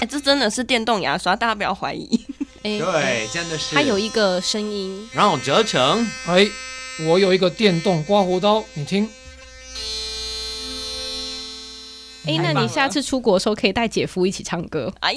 哎、这真的是电动牙刷，大家不要怀疑。 哎，对，真的是。它有一个声音，让我折成，哎，我有一个电动刮胡刀，你听。哎，那棒你了下次出国的时候可以带姐夫一起唱歌。哎，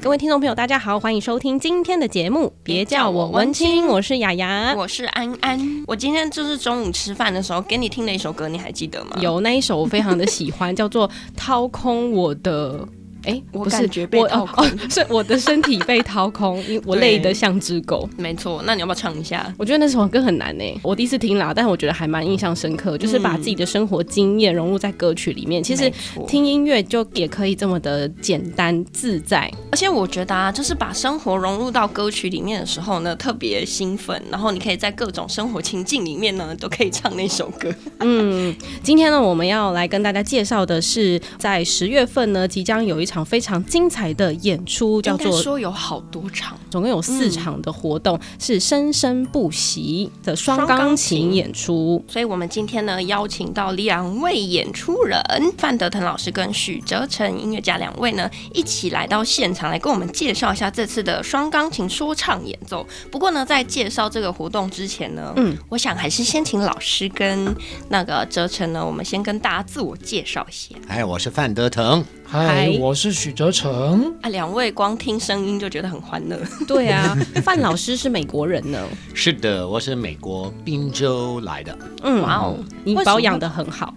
各位听众朋友，大家好，欢迎收听今天的节目，别叫我文青，我是雅雅。 我是安安，我今天就是中午吃饭的时候给你听的一首歌，你还记得吗？，有那一首我非常的喜欢，叫做《掏空我的》。哎，我不是感觉被我掏空哦 哦是我的身体被掏空，因为我对累得像只狗。没错。那你要不要唱一下？我觉得那首歌很难呢，我第一次听啦，但我觉得还蛮印象深刻，就是把自己的生活经验融入在歌曲里面。其实没错听音乐就也可以这么的简单自在，而且我觉得啊，就是把生活融入到歌曲里面的时候呢，特别兴奋，然后你可以在各种生活情境里面呢，都可以唱那首歌。嗯，今天呢，我们要来跟大家介绍的是，在十月份呢，即将有一场非常精彩的演出，叫应该做说有好多场，总共有四场的活动，是生生不息的双双钢钢琴琴演出。所以我们今天呢邀请到李昂卫演出人范德腾老师跟许哲成音乐家两位呢一起来到现场来跟我们介绍一下这次的双钢琴说唱演奏。不过呢，在介绍这个活动之前呢，嗯嗯，我想还是先请老师跟那个哲成呢，我们先跟大家自我介绍一下。哎，我是范德腾，嗨嗨，哎我是许哲成。啊，两位光听声音就觉得很欢乐，对啊，范老师是美国人 呢，是的，我是美国宾州来的，嗯，哇哦！你为什么保养的很好，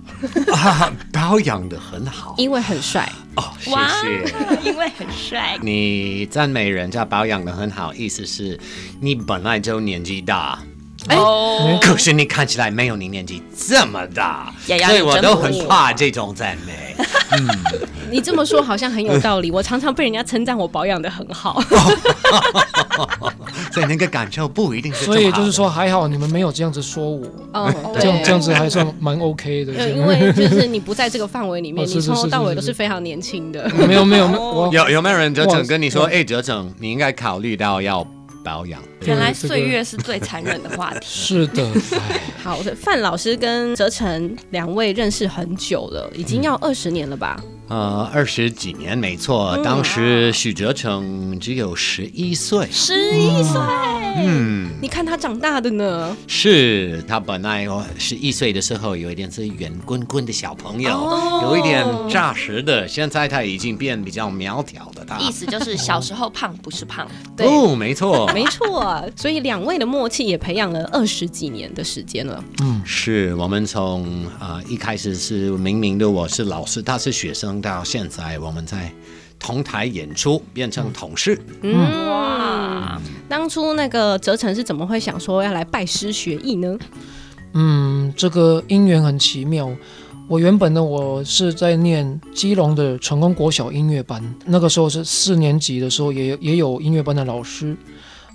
啊、保养的很好因为很帅。哦，谢哇哦谢。因为很帅，你赞美人家保养的很好，意思是你本来就年纪大，哦，可是你看起来没有你年纪这么大，雅雅所以我你真都不很错怕这种赞美。你这么说好像很有道理，我常常被人家称赞我保养的很好。所以那个感受不一定是这么好所的。以就是说，还好你们没有这样子说我， 哦，对这样这样子还算蛮 OK 的。 因为就是你不在这个范围里面， 哦是你是从是头是到尾是都是是非常年轻的。没有没有，哦我有有没有人哲哇整跟你说，哇哎，哲整，你应该考虑到要保养。原来这个岁月是最残忍的话 题。是 的，哎好的，范老师跟哲成两位认识很久了，已经要二十年了吧？呃，二十几年没错，嗯当时许哲成只有十一岁。十一岁，嗯，你看他长大的呢，是他本来十一岁的时候有一点是圆滚滚的小朋友，哦有一点扎实的，现在他已经变比较苗条的他。意思就是小时候胖不是胖，对，哦，没错， 没错。所以两位的默契也培养了二十几年的时间了。是我们从呃一开始是明明的我是老师，他是学生，到现在我们在同台演出变成同事。嗯，哇，当初那个哲成是怎么会想说要来拜师学艺呢？嗯，这个因缘很奇妙。我原本呢，我是在念基隆的成功国小音乐班，那个时候是四年级的时候也，也有音乐班的老师。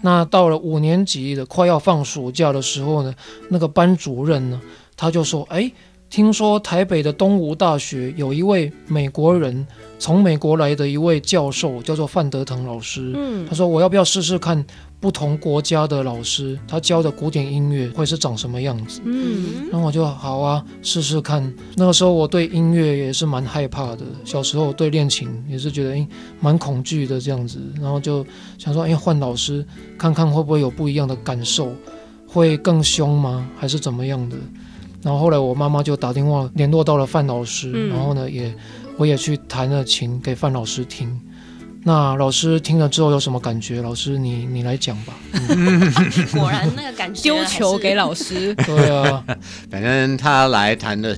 那到了五年级的快要放暑假的时候呢，那个班主任呢，他就说：“哎，听说台北的东吴大学有一位美国人，从美国来的一位教授，叫做范德腾老师。嗯他说我要不要试试看不同国家的老师他教的古典音乐会是长什么样子？”嗯，然后我就好啊，试试看。那个时候我对音乐也是蛮害怕的，小时候对练琴也是觉得诶蛮恐惧的这样子。然后就想说，哎，换老师看看会不会有不一样的感受，会更凶吗？还是怎么样的？然后后来我妈妈就打电话联络到了范老师，嗯然后呢也我也去弹了琴给范老师听。那老师听了之后有什么感觉？老师你你来讲吧。果然那个感觉丢球给老老师。对啊，反正他来弹的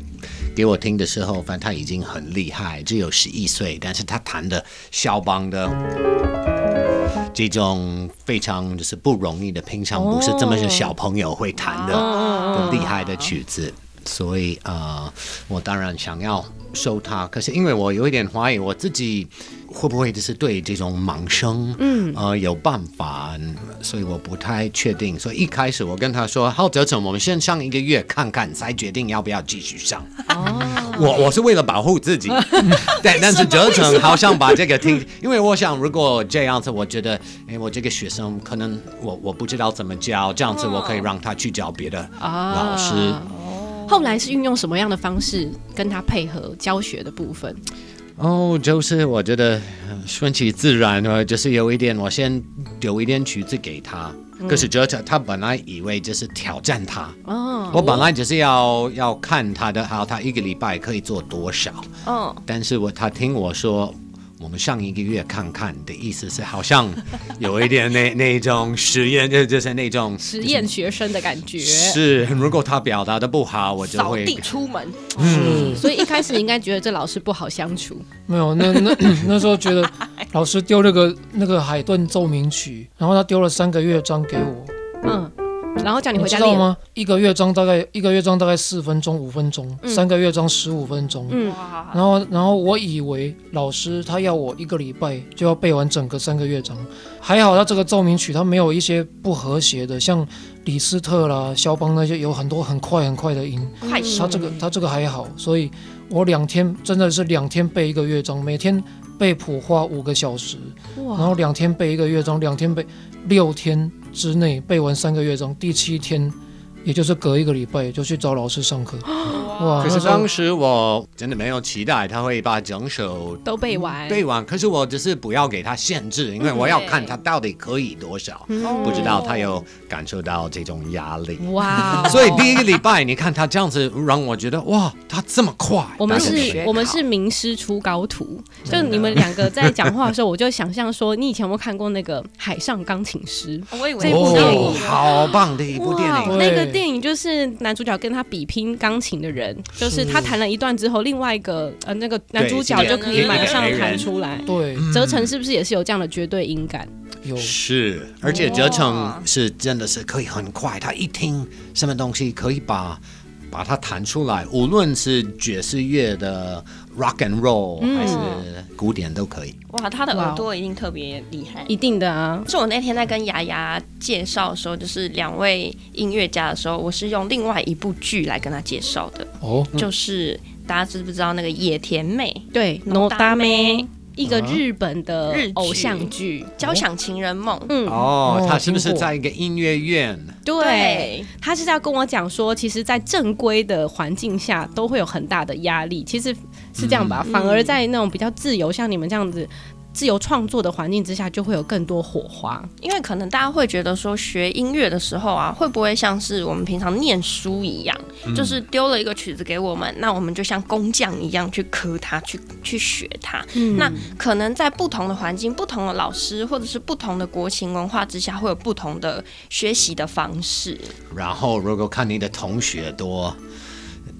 给我听的时候，反正他已经很厉害，只有十一岁，但是他弹的肖邦的这种非常就是不容易的，平常不是这么是小朋友会弹哦的、嗯的厉害的曲子。所以呃，我当然想要收他，可是因为我有一点怀疑我自己会不会就是对这种盲生，嗯，呃，有办法，嗯所以我不太确定。所以一开始我跟他说，浩哲总，我们先上一个月看看，才决定要不要继续上。哦，我我是为了保护自 己，对，但是哲成好像把这个听，因为我想如果这样子，我觉得，哎，我这个学生可啊哦啊能我我不知道怎么教，这样子我可以让他去找别的老师，后来是运用什么样的方式跟他配合教学的部分？哦，就是我觉得呃顺其自然呃，就是有一点，我先丢一点曲子给他。嗯可是哲哲他本来以为就是挑战他，哦，我本来就是要要看他的好，他一个礼拜可以做多少。哦嗯，但是我他听我说，我们上一个月看看的意思是，好像有一点 那那种实验，就就是那种实验学生的感觉。是，如果他表达的不好，我就扫会地出门，所以一开始你应该觉得这老师不好相处，没有，那 那 那时候觉得老师丢那个那个海顿奏鸣曲，然后他丢了三个乐章给我，嗯，然后叫你你回知家道练？吗？一个乐章大概一个乐章大概四分钟五分钟，三个乐章十五分钟。嗯哇，然后，然后我以为老师他要我一个礼拜就要背完整个三个乐章，还好他这个奏鸣曲他没有一些不和谐的，像李斯特啦、肖邦那些有很多很快很快的音，快手他这嗯个他这个还好，所以我两天真的是两天背一个乐章，每天背谱花五个小时，然哇，后两天背一个乐章，两天背六天之内背完三个乐章，第七天也就是隔一个礼拜就去找老师上课，啊哦哇，可那是时候当时我真的没有期待他会把整首都背完，背完，可是我只是不要给他限制，因为我要对看他到底可以多少，嗯哦不知道他有感受到这种压力。哇哦， 所以第一个礼拜，你看他这样子，让我觉得哇，他这么快。我们但是学，我们考是名师出高徒。就你们两个在讲话的时候，我就想象说，你以前有没有看过那个《海上钢琴师》？我以为这部是电电影影哦，好棒的一部电哇影。对那个电影就是男主角跟他比拼钢琴的人，就是他弹了一段之后，另外一个呃那个男主角对就可以马上另一个黑弹人出来。对，泽成是不是也是有这样的绝对音感？有。是，而且哲哇成是真的是可以很快，他一听什么东西可以把把它弹出来，无论是爵士乐的 rock and roll、还是古典都可以。哇，他的耳朵一定特别厉害。一定的啊，是我那天在跟雅雅介绍的时候，就是两位音乐家的时候，我是用另外一部剧来跟她介绍的，哦，就是大家知不知道那个野田美对，《No 农 d 大 a 妹一个日本的日剧偶像剧，交响情人梦？嗯，哦哦，他是不听是过在一个音乐院？对，他是要跟我讲说，其实，在正规的环境下都会有很大的压力，其实是这样吧？反而在那种比较自由，像你们这样子自由创作的环境之下，就会有更多火花。因为可能大家会觉得说，学音乐的时候啊，会不会像是我们平常念书一样，就是丢了一个曲子给我们，那我们就像工匠一样去刻它，去去学它。那可能在不同的环境、不同的老师，或者是不同的国情文化之下，会有不同的学习的方式。然后如果看你的同学多。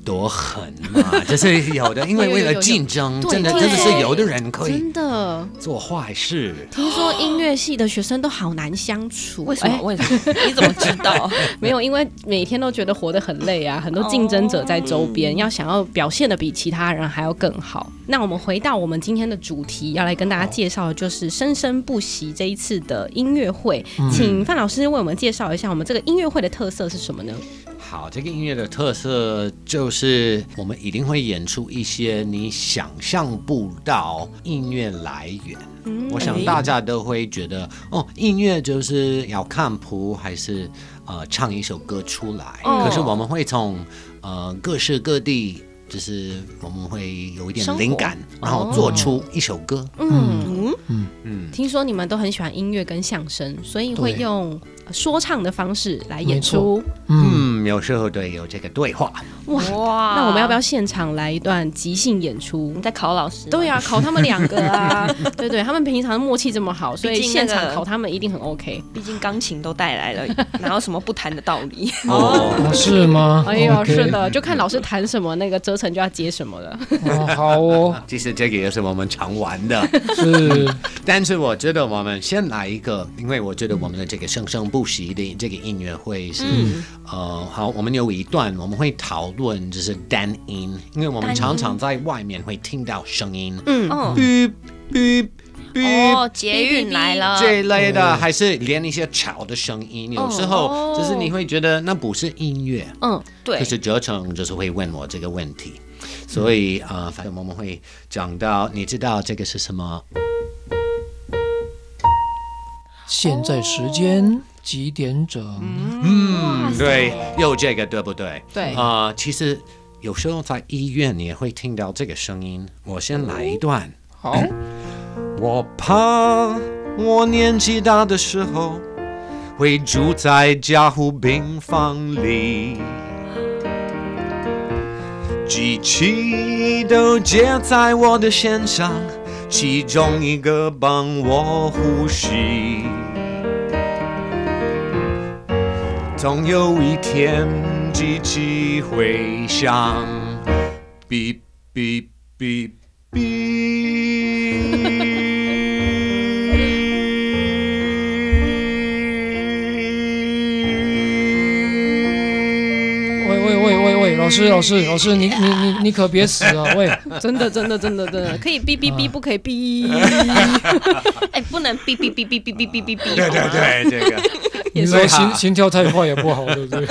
多狠嘛，就是有的，因为为了竞争，对真的对真的是有的人可以真的，做坏事。听说音乐系的学生都好难相处，为什么？哎为什么？你怎么知 道？没有，因为每天都觉得活得很累啊，很多竞争者在周哦边，要想要表现的比其他人还要更好。那我们回到我们今天的主题，要来跟大家介绍的就是生生不息这一次的音乐会，嗯请范老师为我们介绍一下我们这个音乐会的特色是什么呢？好，这个音乐的特色就是我们一定会演出一些你想象不到音乐来源。嗯我想大家都会觉得，哦，音乐就是要看谱，还是呃唱一首歌出来。哦可是我们会从呃各式各地，就是我们会有一点生活哦灵感，然后做出一首歌。嗯听说你们都很喜欢音乐跟相声，所以会对用说唱的方式来演没错出。嗯，有时候对有这个对话，哇那我们要不要现场来一段即兴演出你？在考老师？ 对，啊，考他们两个啊，对对，他们平常默契这么好，所以毕竟现那个场考他们一定很 OK。毕竟钢琴都带来了， 哪有什么不弹的道理？哦，是吗？哎呦， OK 是，的，就看老师弹什么，那个折成就要接什么了。哦，好哦，其实这个也是我们常玩的。是，但是我觉得我们先来一个，因为我觉得我们的这个生生不息的这个音乐会是，嗯呃，好，我们有一段我们会讨论就是单音，因为我单们音常常在外面会听到声音，嗯，哔哔哔哦，捷运来了，这一类的，还是连一些吵的声音，有时嗯哦候就是你会觉得那不是音乐，嗯，对可，是哲成就是会问我这个问题，所以啊、呃反正我们会讲到，你知道这个是什么？嗯现在时间几点整？哇团队有这嗯个，对不对？对啊、其实有时候在医院你也会听到这个声音。我先来一段。好，我怕我年纪大的时候会住在加护病房里，机器都接在我的身上，其中一个帮我呼吸。总有一天，机器会响，哔哔哔哔。喂喂喂喂喂，老师老师老师，你你你你可别死啊！ 喂，真的真的真的 真的可以哔哔啊哔，不可以哔，哎，不能哔哔哔哔哔哔哔哔哔，对对对，哎这个你说心心跳太快也不好，对不对？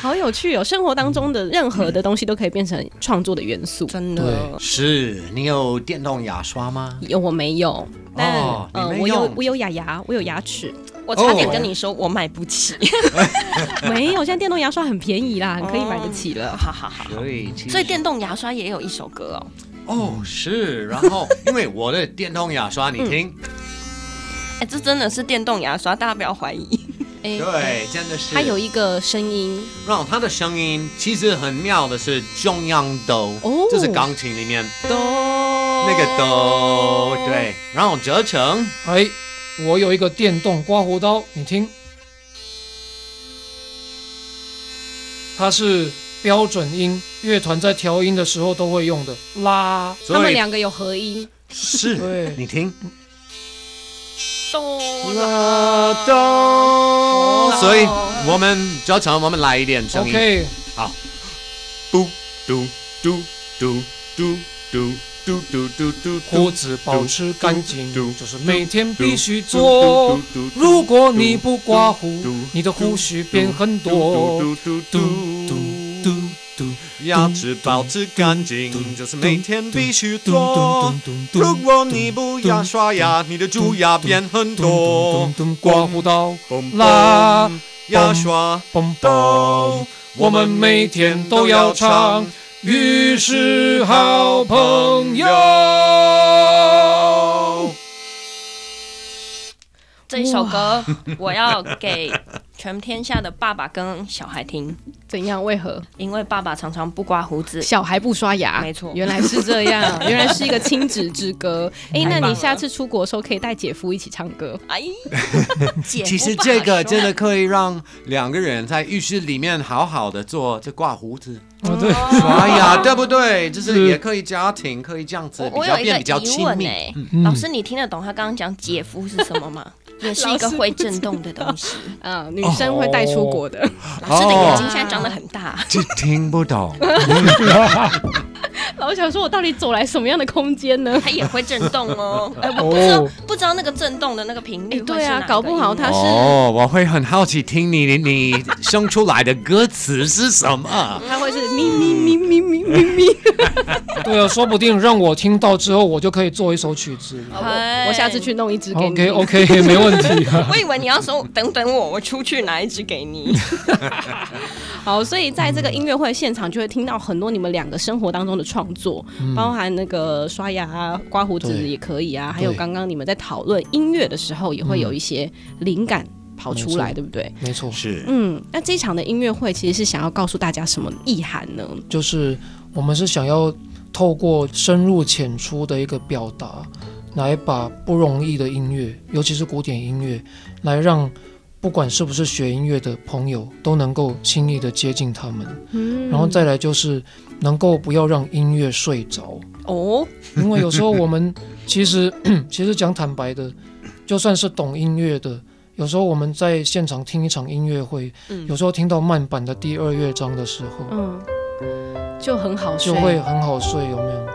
好有趣哦！生活当中的任何的东西都可以变成创作的元素。真对的。是你有电动牙刷吗？有我没有，但、哦呃你，没我有用我有牙牙，我有牙齿，我差点跟你说，我买不起， 没有。现在电动牙刷很便宜啦，你可以买得起了。好好好。所以其实所以电动牙刷也有一首歌哦，哦是，然后因为我的电动牙刷，你听，哎，这真的是电动牙刷，大家不要怀疑。哎、对，真的是它有一个声音，然后它的声音其实很妙的是中央哆，哦就是钢琴里面哆，那那个哆，对，然后折成哎，我有一个电动刮胡刀，你听，它是标准音，乐团在调音的时候都会用的啦。他所们以两个有合音，是对，你听咚啦哆，所以我们折成，我们来一点声音。 OK，嘟嘟嘟嘟嘟嘟嘟嘟嘟嘟胡子保持干净嘟嘟就是每天必须做。如果你不刮胡，你的胡须变很多。嘟嘟嘟嘟嘟，牙齿保持干净，这是每天必须做。嘟如果你不牙刷牙，你的蛀牙变很多。刮胡刀，嘣啦嘣牙刷嘣都嘣，，我们每天都要唱，于是好朋友。哦这一首歌，我要给全天下的爸爸跟小孩听，怎样？为何因为爸爸常常不刮胡子。小孩不刷牙？没错原来是这样， 原来是一个亲子之歌。哎、那嗯棒了你下次出国的时候可以带姐夫一起唱歌。哎，姐其实夫爸这个真说 的可以让两个人在浴室里面好好的做这挂胡子、啊，对，刷 牙，对不对？就是是也可以家庭可以这样子我比我有较一个变比较疑亲问密。哎、嗯老师，你听得懂他刚刚讲姐夫是什么 吗？也是一个会震动的东西。啊、女生会带出国的。 老哦师的眼睛现在长得很大，这听 不懂，老想说，我到底走来什么样的空间呢？他也会震动 哦。哎、我不知道哦，不知道那个震动的那个频率、哎对啊搞不好他它是哦，我会很好奇听你你你生出来的歌词是什么。他会是咪咪咪咪咪咪咪。对啊，说不定让我听到之后，我就可以做一首曲子了。哎我我下次去弄一支给你。 OK OK，没问题啊。我以为你要说等等我，我出去拿一支给 你。好，所以在这个音乐会现场就会听到很多你们两个生活当中的创作，嗯包含那个刷牙、啊、刮胡子对也可以啊，还有对刚刚你们在讨论音乐的时候，也会有一些灵感跑出来，没错对不对？没错，是嗯，那这一场的音乐会其实是想要告诉大家什么意涵呢？就是我们是想要透过深入浅出的一个表达，来把不容易的音乐，尤其是古典音乐，来让不管是不是学音乐的朋友都能够轻易的接近他们。然后再来就是能够不要让音乐睡着，哦，因为有时候我们其实 其实讲坦白的，就算是懂音乐的，有时候我们在现场听一场音乐会，嗯有时候听到慢版的第二乐章的时候，嗯，就很好睡，就会很好睡，有没有？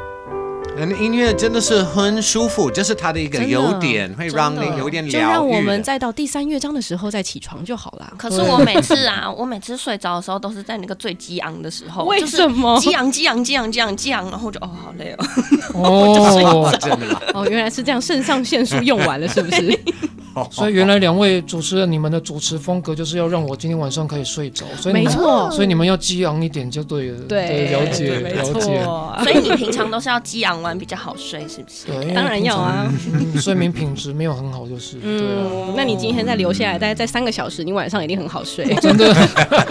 嗯，音乐真的是很舒服，这是它的一个真的优点，会让真的你有点就疗愈。让我们再到第三乐章的时候再起床就好啦。可是我每次啊，我每次睡着的时候都是在那个最激昂的时候，为就是什 么？激昂激昂激昂激昂激昂，然后我就哦好累 哦，哦，真的啦， 哦，原来是这样，肾上腺素用完了是不是？所以原来两位主持人，你们的主持风格就是要让我今天晚上可以睡着，所以你没们错，所以你们要激昂一点就对了。对，了解没了解。错，所以你平常都是要激昂完比较好睡，是不是？对，因为当然要啊。平常，嗯，睡眠品质没有很好，就是对啊。嗯，那你今天再留下来，大概在三个小时，你晚上一定很好睡。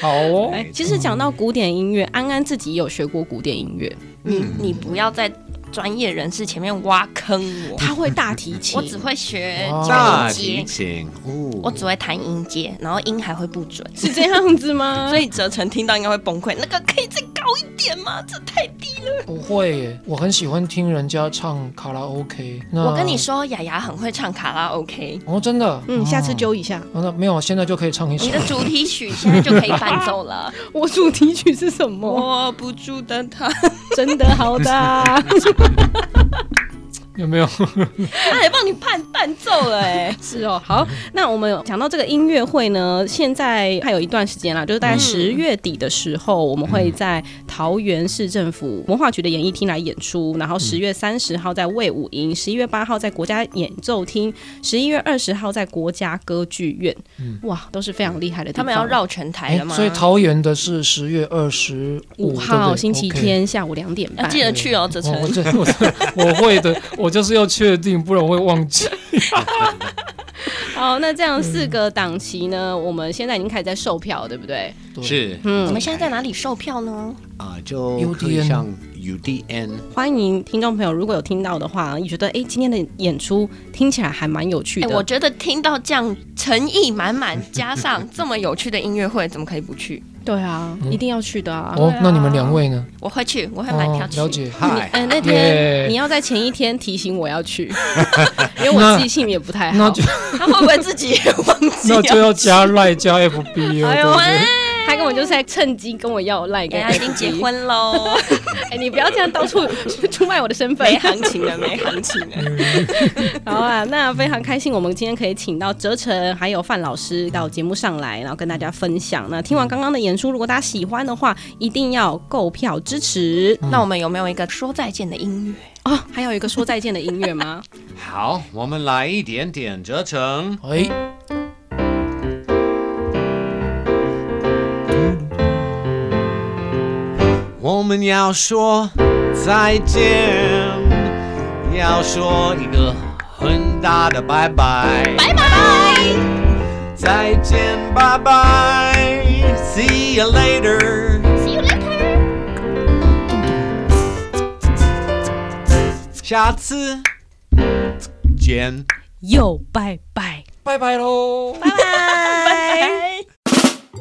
好哦，哎，其实讲到古典音乐，安安自己也有学过古典音乐，你你不要在专业人士前面挖坑我，他会大提琴，我只会学弹哦哇大音阶提，琴，我哦，只会弹音阶，然后音还会不准，是这样子吗？所以哲成听到应该会崩溃。那个可以再高一点吗？这太低了。不会耶，我很喜欢听人家唱卡拉 OK。那我跟你，说，雅雅很会唱卡拉 OK，哦，真的，嗯，下次揪一下。哦那没有，现在就可以唱一首你。的主题曲现在就可以伴奏 了。我主题曲是什么？握不住的他，真的好大， 有没有？他还帮你伴伴奏了哎。 是哦。好，那我们讲到这个音乐会呢，现在还有一段时间啦，就是大概十月底的时候，我们会在桃园市政府文化局的演艺厅来演出，然后十月三十号在魏武营，十一月八号在国家演奏厅，十一月二十号在国家歌剧院。哇，都是非常厉害的地他方。们要绕全台了吗？哎所以桃园的是十月二十五号星期。天下午两点要半。记得去哦，哲对不对 OK 哦我成。这我这我会的，我就是要确定，不然我会忘记。好，那这样四个档期呢，我们现在已经开始在售票，对不对？对，哦是，我嗯，们现在在哪里售票呢？啊，就可以 UDN 上 UDN 欢迎听众朋友，如果有听到的话，你觉得哎、诶今天的演出听起来还蛮有趣哎、的，我觉得听到这样诚意满满，加上这么有趣的音乐会，怎么可以不去？对啊，一定要去的啊。哦对啊，那你们两位呢？ 我会去，我会买哦票，去。了解。嗨，嗯，那天 Yeah 你要在前一天提醒我要 去，因为我记性也不太那好就。他会不会自己也忘记、那啊？ 就要加赖加 FB 了，哎对呦不对？他根本就是在趁机跟我要赖跟人家哎已经结，婚喽， 哎，你不要这样到处 出卖我的身份没。行情了，没行情了。 好啊，那非常开心，我们今天可以请到哲成还有范老师到节目上来，然后跟大家分享。那听完刚刚的演出，如果大家喜欢的话，一定要购票支持那我们有没有一个说再见的音乐？哦。还有一个说再见的音乐吗？好，我们来一点点折成。哎，我们要说再见，要说一个很大的拜拜，拜拜，再见，拜拜，See you later。下次见。 又拜拜。拜拜喽。